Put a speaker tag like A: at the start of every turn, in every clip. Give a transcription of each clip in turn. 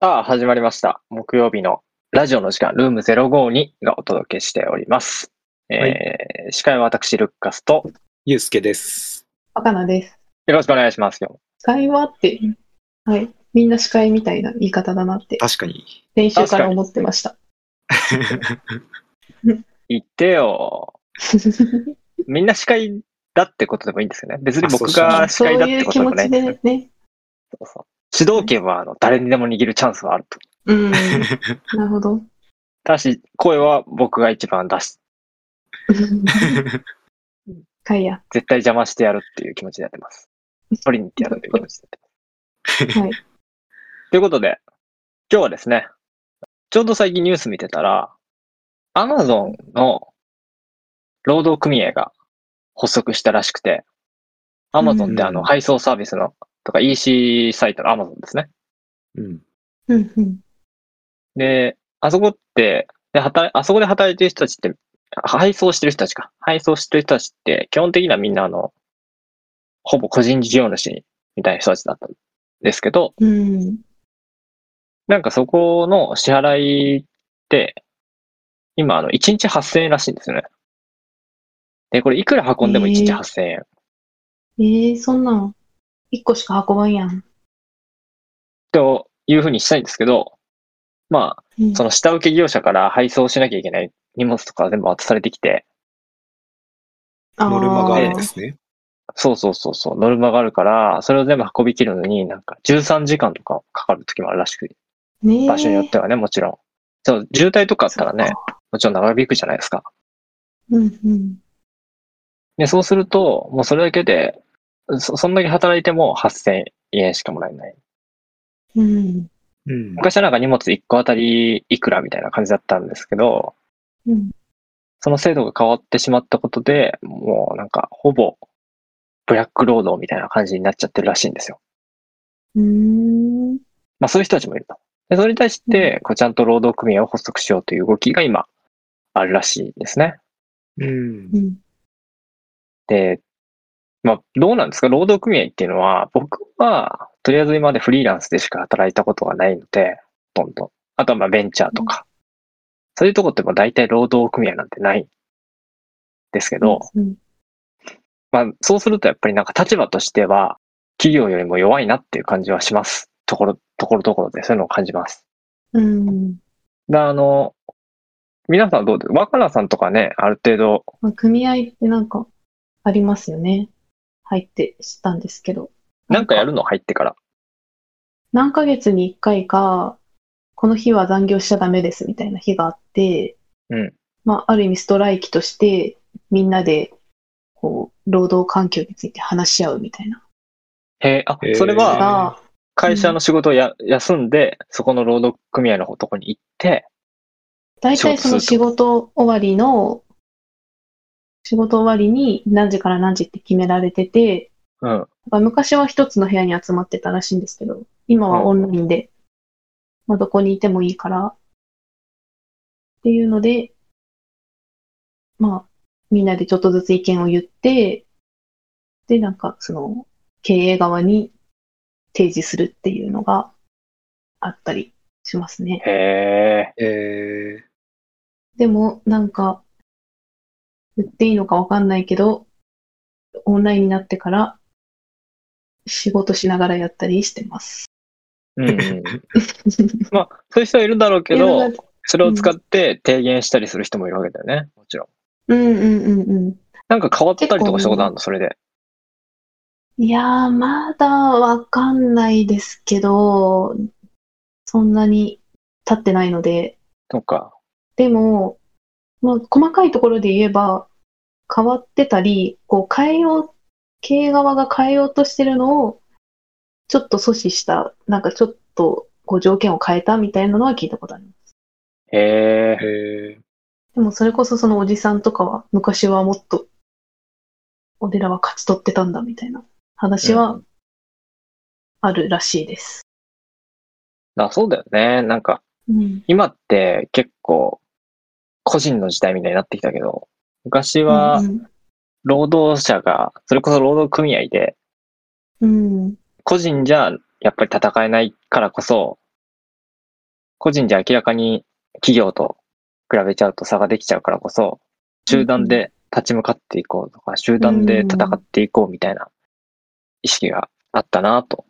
A: さあ、始まりました。木曜日のラジオの時間、ルーム052がお届けしております。
B: はい
A: えー、司会は私、ルッカスと、
B: ゆうすけです。
C: 若菜です。
A: よろしくお願いしますよ。
C: 司会はって、はい。みんな司会みたいな言い方だなって。
B: 確か に。
C: 練習から思ってました。
A: 言ってよ。みんな司会だってことでもいいんですよね。別に僕 が司会だってことでもないんですよ、ね。
C: そういう気持ちでね。
A: そうそう主導権はあの誰にでも握るチャンスはあると。
C: うん。なるほど。
A: ただし、声は僕が一番出す。
C: かいや。
A: 絶対邪魔してやるっていう気持ちでやってます。取りに行ってやるという気持ちで
C: やってます。はい。
A: ということで、今日はですね、ちょうど最近ニュース見てたら、アマゾンの労働組合が発足したらしくて、アマゾンってあの配送サービスのとか EC サイトの Amazon ですね。
B: うん。
C: うんうん。
A: で、あそこって、で、働、あそこで働いてる人たちって、配送してる人たちか。配送してる人たちって、基本的にはみんなあの、ほぼ個人事業主みたいな人たちだったんですけど、
C: うん。
A: なんかそこの支払いって、今あの、1日8000円らしいんですよね。で、これいくら運んでも1日8000円。
C: えー、えー、そんなん一個しか運ばんやん。
A: というふうにしたいんですけど、まあ、うん、その下請け業者から配送しなきゃいけない荷物とか全部渡されてきて。
B: ノルマがあるんですね。
A: そうそうそうそう、ノルマがあるから、それを全部運びきるのに、なんか13時間とかかかる時もあるらしくて、
C: ね、
A: 場所によってはね、もちろん。そう、渋滞とかあったらね、もちろん長引くじゃないですか。
C: うんうん。
A: で、そうすると、もうそれだけで、そ、そんだけ働いても8000円しかもらえない。
C: うん。
A: 昔はなんか荷物1個あたりいくらみたいな感じだったんですけど、
C: うん。
A: その制度が変わってしまったことで、もうなんかほぼブラック労働みたいな感じになっちゃってるらしいんですよ。
C: うん。。
A: まあそういう人たちもいると。で、それに対して、こうちゃんと労働組合を発足しようという動きが今あるらしいですね。
B: うん
A: で、まあ、どうなんですか労働組合っていうのは、僕は、とりあえず今までフリーランスでしか働いたことがないので、どんどん。あとはまあベンチャーとか。うん、そういうとこっても大体労働組合なんてないんですけど、
C: うん、
A: まあ、そうするとやっぱりなんか立場としては、企業よりも弱いなっていう感じはします。ところ、ところどころでそういうのを感じます。
C: うん。
A: だあの、皆さんどうです若菜さんとかね、ある程度。
C: まあ、組合ってなんか、ありますよね。入って知ったんですけど。
A: なんかやるの入ってから。
C: 何ヶ月に1回か、この日は残業しちゃダメですみたいな日があって、
A: うん。
C: まあ、ある意味ストライキとして、みんなで、こう、労働環境について話し合うみたいな。
A: へえ、あ、それは、会社の仕事をや、うん、休んで、そこの労働組合のとこに行って、
C: 大体その仕事終わりの仕事終わりに何時から何時って決められてて、
A: うん、
C: 昔は一つの部屋に集まってたらしいんですけど、今はオンラインで、まあ、どこにいてもいいから、っていうので、まあ、みんなでちょっとずつ意見を言って、で、なんか、その、経営側に提示するっていうのがあったりしますね。
A: へ
B: え。へ
C: でも、なんか、言っていいのかわかんないけど、オンラインになってから仕事しながらやったりしてます。
A: うん、うん。 まあ、そういう人はいるだろうけ ど、それを使って提言したりする人もいるわけだよね、もちろ
C: ん。うんうんうんうん。
A: なんか変わったりとかしたことあるのそれで。
C: いやー、まだわかんないですけど、そんなに経ってないので。
A: とか。
C: でも、まあ、細かいところで言えば、変わってたり、こう変えよう、経営側が変えようとしてるのを、ちょっと阻止した、なんかちょっと、こう条件を変えたみたいなのは聞いたことあります。
A: へ
B: ー。へ
C: ーでもそれこそそのおじさんとかは、昔はもっと、俺らは勝ち取ってたんだみたいな話は、あるらしいです。
A: うん、あ、そうだよね。なんか、
C: うん、
A: 今って結構、個人の時代みたいになってきたけど、昔は、労働者が、それこそ労働組合で、
C: うん、
A: 個人じゃやっぱり戦えないからこそ、個人じゃ明らかに企業と比べちゃうと差ができちゃうからこそ、集団で立ち向かっていこうとか、集団で戦っていこうみたいな意識があったなと。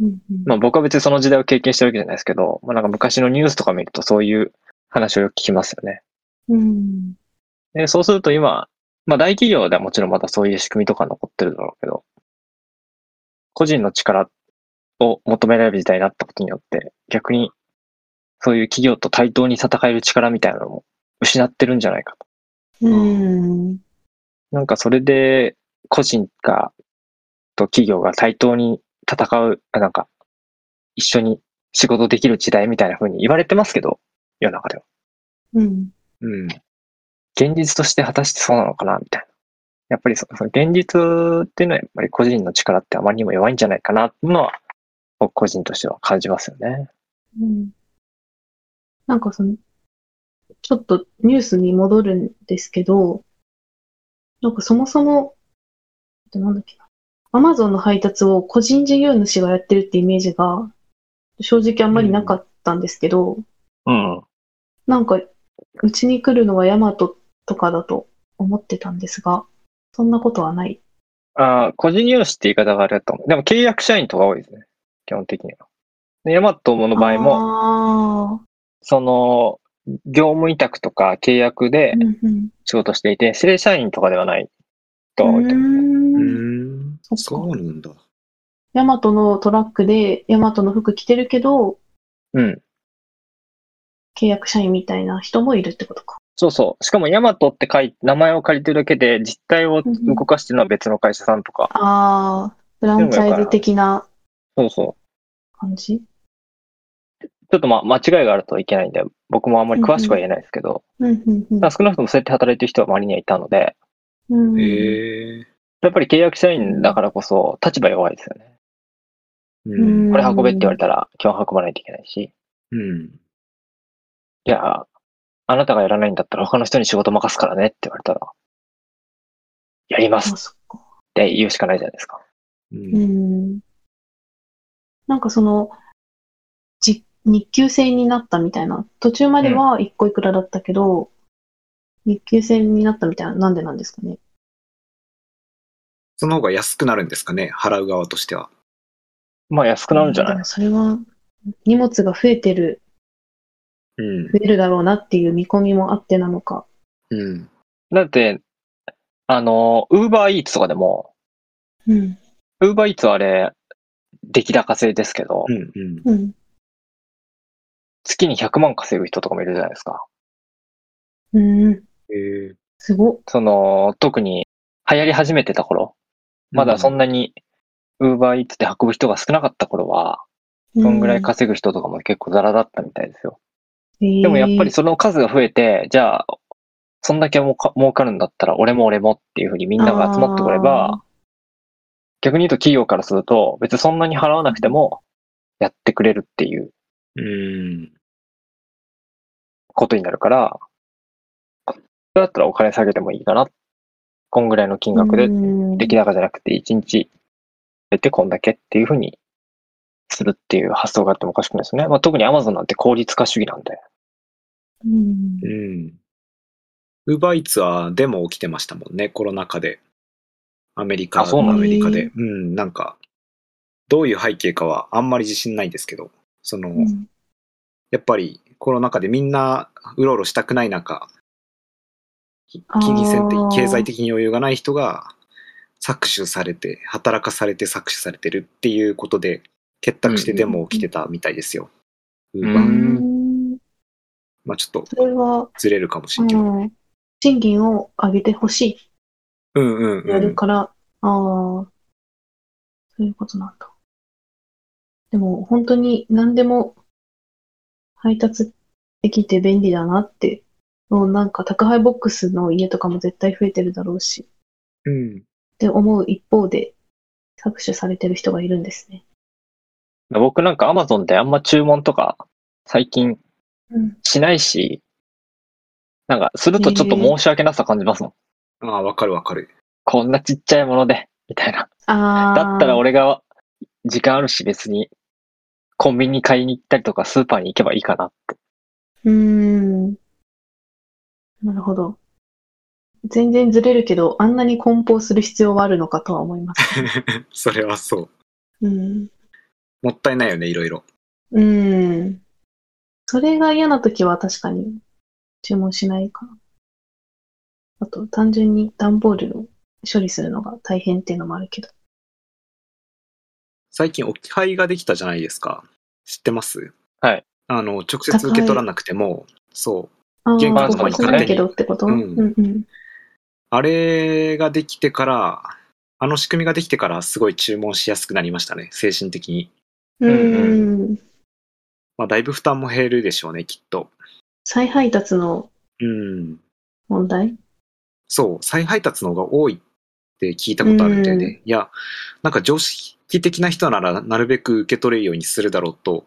C: うんうん
A: まあ僕は別にその時代を経験してるわけじゃないですけど、まあなんか昔のニュースとか見るとそういう話をよく聞きますよね。
C: うん
A: で、そうすると今、まあ大企業ではもちろんまだそういう仕組みとか残ってるだろうけど、個人の力を求められる時代になったことによって、逆にそういう企業と対等に戦える力みたいなのも失ってるんじゃないかと。
C: うん
A: なんかそれで個人が、と企業が対等に戦う、あなんか一緒に仕事できる時代みたいな風に言われてますけど、世の中では。
C: うん
B: うん。
A: 現実として果たしてそうなのかなみたいな。やっぱりそその現実っていうのはやっぱり個人の力ってあまりにも弱いんじゃないかなっていうのは僕個人としては感じますよね。
C: うんなんかその、ちょっとニュースに戻るんですけど、なんかそもそも、えっとなんだっけな、アマゾンの配達を個人事業主がやってるってイメージが、正直あんまりなかったんですけど、
A: うん。
C: なんか、うちに来るのはヤマトとかだと思ってたんですが、そんなことはない。
A: ああ、個人融資って言い方があれだと思う。でも契約社員とか多いですね。基本的には。でヤマトの場合も、
C: も。
A: その、業務委託とか契約で
C: うんうん。
A: 仕事していて、正社員とかではない人が多いと思う。
B: う
C: うーん
B: ん。
C: そっか
B: そうなんだ。
C: ヤマトのトラックでヤマトの服着てるけど、
A: うん。
C: 契約社員みたいな人もいるってことか。
A: そうそう。しかもヤマトって書い名前を借りてるだけで、実態を動かしてるのは別の会社さんとか。
C: ああ、フランチャイズ的な
A: そうそう。
C: 感じ
A: ちょっとまあ間違いがあるといけないんで、僕もあんまり詳しくは言えないですけど、
C: うん、うん、うん
A: まあ少なくともそうやって働いてる人は周りにはいたので、
C: うん。
B: へえ。
A: やっぱり契約社員だからこそ立場弱いですよね。
B: う。
C: うんん
A: これ運べって言われたら今日運ばないといけないし、
B: うん。
A: いや、あなたがやらないんだったら他の人に仕事任すからねって言われたら、やりますっ
C: あ、そっか。
A: て言うしかないじゃないですか。
B: う。
C: うんん。なんかその、じ、日給制になったみたいな。途中までは1個いくらだったけど、日給制になったみたいな。なんでなんですかね。
B: その方が安くなるんですかね、払う側としては。
A: まあ安くなるんじゃない、
C: でもそれは、荷物が増えてる、
B: うん。
C: 増えるだろうなっていう見込みもあってなのか。
B: うん。
A: だって、あの、ウーバーイーツとかでも、
C: うん。
A: ウーバーイーツはあれ、出来高制ですけど、
B: うん。うん。
C: うん。
A: 月に100万稼ぐ人とかもいるじゃないですか。
C: うん。
B: へえ。
C: すごっ。
A: その、特に流行り始めてた頃、まだそんなに Uber Eats で運ぶ人が少なかった頃は、そんぐらい稼ぐ人とかも結構ザラだったみたいですよ。
C: で
A: でもやっぱりその数が増えて、じゃあ、そんだけ儲か儲かるんだったら俺も俺もっていうふうにみんなが集まってくれば、逆に言うと企業からすると別にそんなに払わなくてもやってくれるっていう
B: うん。
A: ことになるから、それだったらお金下げてもいいかな。こんぐらいの金額で出来高じゃなくて1日出てこんだけっていうふうにするっていう発想があってもおかしくないですね。まあ、特に Amazon なんて効率化主義なんで。
C: うん
B: うん。ウーバーイーツはデモ起きてましたもんね、コロナ禍で。アメリカ、
A: あそうなん
B: ア
A: だ
B: メリカで
C: へ。
B: うん、なんか、どういう背景かはあんまり自信ないんですけど、その、
C: うん
B: やっぱりコロナ禍でみんなうろうろしたくない中、き
C: あー
B: 金銭的、経済的に余裕がない人が搾取されて、働かされて搾取されてるっていうことで、結託してデモ起きてたみたいですよ。
A: ん
B: ウーバー
C: うん
B: まあちょっと
C: それは、
B: ずれるかもし
C: う
B: れんけど。
C: ん賃金を上げてほしいって
B: うんうん
C: や
B: う
C: る
B: ん。
C: から、ああ、そういうことなんだ。でも本当に何でも配達できて便利だなって、もうなんか宅配ボックスの家とかも絶対増えてるだろうし、
B: うん
C: って思う一方で搾取されてる人がいるんですね。
A: 僕なんか Amazon であんま注文とか最近
C: うん、
A: しないし、なんかするとちょっと申し訳なさ感じますもん。
B: ああ、わかるわかる。
A: こんなちっちゃいもので、みたいな。
C: ああ。
A: だったら俺が時間あるし別にコンビニ買いに行ったりとか、スーパーに行けばいいかなって。
C: うーん。なるほど。全然ずれるけど、あんなに梱包する必要はあるのかとは思い ます。
B: それはそう。
C: うん。
B: もったいないよね、いろいろ。
C: うん。それが嫌な時は確かに注文しないかな。あと、単純に段ボールを処理するのが大変っていうのもあるけど。
B: 最近置き配ができたじゃないですか。知ってます
A: はい。
B: あの、直接受け取らなくても、そう。
C: ああ、
B: 玄
A: 関とか
C: ここ
A: に
C: 来ないけどってこと、
B: うん
C: うんうん。
B: あれができてから、あの仕組みができてからすごい注文しやすくなりましたね、精神的に。
C: うんんうん。
B: まあ、だいぶ負担も減るでしょうね、きっと。
C: 再配達の
B: うん。
C: 問題
B: そう、再配達の方が多いって聞いたことあるんだよね。いや、なんか常識的な人ならなるべく受け取れるようにするだろうと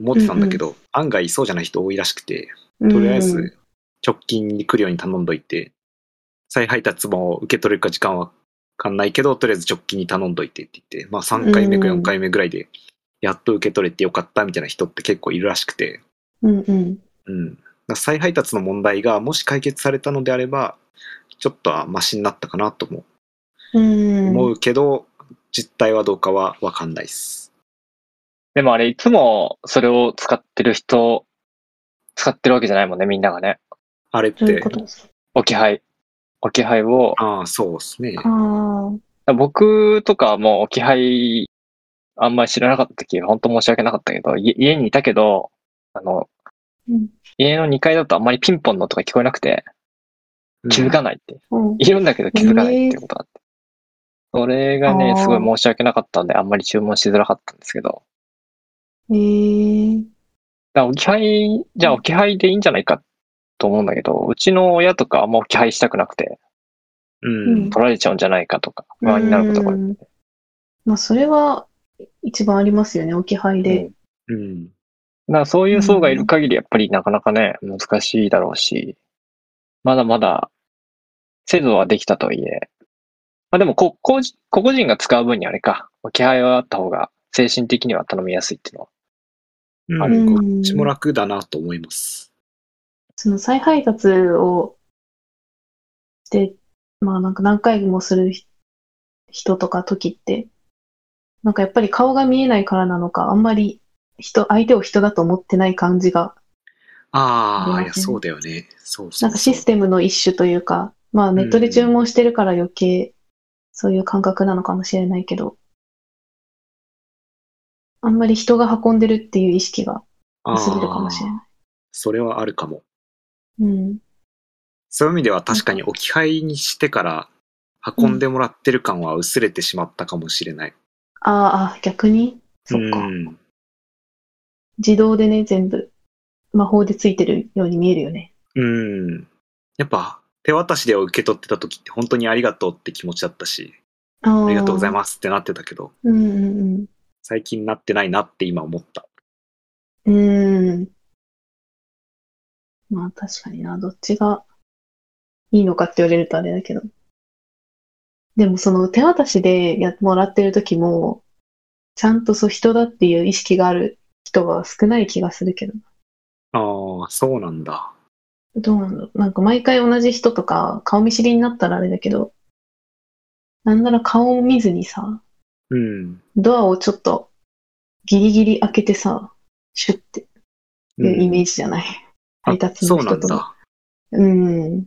B: 思ってたんだけど、案外そうじゃない人多いらしくて、とりあえ
C: うん
B: ず直近に来るように頼んどいて、再配達も受け取れるか時間はわかんないけど、とりあえず直近に頼んどいてって言って、まあ3回目か
C: うん
B: 4回目ぐらいで、やっと受け取れてよかったみたいな人って結構いるらしくて、
C: うんうん。
B: うん、だから再配達の問題がもし解決されたのであればちょっとはマシになったかなとも
C: うん。
B: 思うけど、実態はどうかは分かんないです
A: でもあれ、いつもそれを使ってる人、使ってるわけじゃないもんね、みんながね。
B: あれっ
C: そういう
B: て
C: ことです。
A: 置き配。置き配を、
B: ああそうですね
C: ああ。
A: 僕とかも置き配、あんまり知らなかった時は本当申し訳なかったけど、い家にいたけど、あの、
C: うん
A: 家の2階だとあんまりピンポンの音が聞こえなくて、気づ
B: うん
A: かないって。
C: うん。
A: いるんだけど気づかないっていうことがあって。それがね
C: あ、ー
A: すごい申し訳なかったんで、あんまり注文しづらかったんですけど。
C: えー。
A: だから置き配、じゃあ置き配でいいんじゃないかと思うんだけど、うちの親とかあんま置き配したくなくて、
B: うん
C: うん
A: 取られちゃうんじゃないかとか、不安になることがある。
C: うんまあ、それは一番ありますよね、置き配
A: うん
C: で。
B: うん
A: だからそういう層がいる限り、やっぱりなかなかね、難しいだろうし、まだまだ、制度はできたとはいえ、まあでも個々人、個々人が使う分にあれか、置き配はあった方が、精神的には頼みやすいっていうのは。
B: うん
A: あ
C: れか
B: こっちも楽だなと思います
C: その再配達をして、まあなんか何回もするひ人とか時って、なんかやっぱり顔が見えないからなのか、あんまり人、相手を人だと思ってない感じが、
B: ああ、
C: あり
B: い
C: ま
B: や
C: せん
B: そうだよねそうそ
C: な
B: うん
C: かシステムの一種というか、まあネットで注文してるから余計そういう感覚なのかもしれないけど、あんまり人が運んでるっていう意識が薄れるかもしれ
B: ああ
C: ない。
B: それはあるかも
C: うん。
B: そういう意味では確かに置き配にしてから運んでもらってる感は薄れてしまったかもしれない、
C: あーあ、逆にそっか。
B: うん
C: 自動でね、全部、魔法でついてるように見えるよね。
B: うん。やっぱ、手渡しで受け取ってた時って本当にありがとうって気持ちだったし、
C: あ
B: ありがとうござい
C: す。
B: ますってなってたけど、
C: うんうん
B: 最近なってないなって今思った。
C: うん。うん。まあ確かにな、どっちがいいのかって言われるとあれだけど。でもその手渡しでやってもらってる時も、ちゃんとそう人だっていう意識がある人は少ない気がするけど。
B: ああ、そうなんだ。
C: どうなんだろう。なんか毎回同じ人とか、顔見知りになったらあれだけど、なんなら顔を見ずにさ、
B: うん。
C: ドアをちょっとギリギリ開けてさ、シュッていうイメー
B: ジ。
C: ジじゃない。
B: あ
C: 配達
B: そ
C: の
B: うな
C: 人
B: ん
C: との。
B: だ。
C: うん。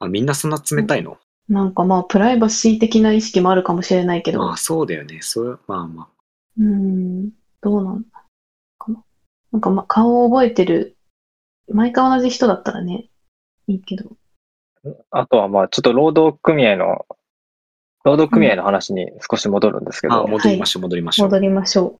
B: あ、みんなそんな冷たいの、
C: なんかまあ、プライバシー的な意識もあるかもしれないけ
B: ま
C: ど
B: あ、そうだよね。そう、まあまあ。
C: うん、どうなんだかな。なんかまあ、顔を覚えてる、毎回同じ人だったらね、いいけど。
A: あとはまあ、ちょっと労働組合の、労働組合の話に少し戻るんですけど、
B: あ戻りましょう、戻りましょう。
C: 戻りましょ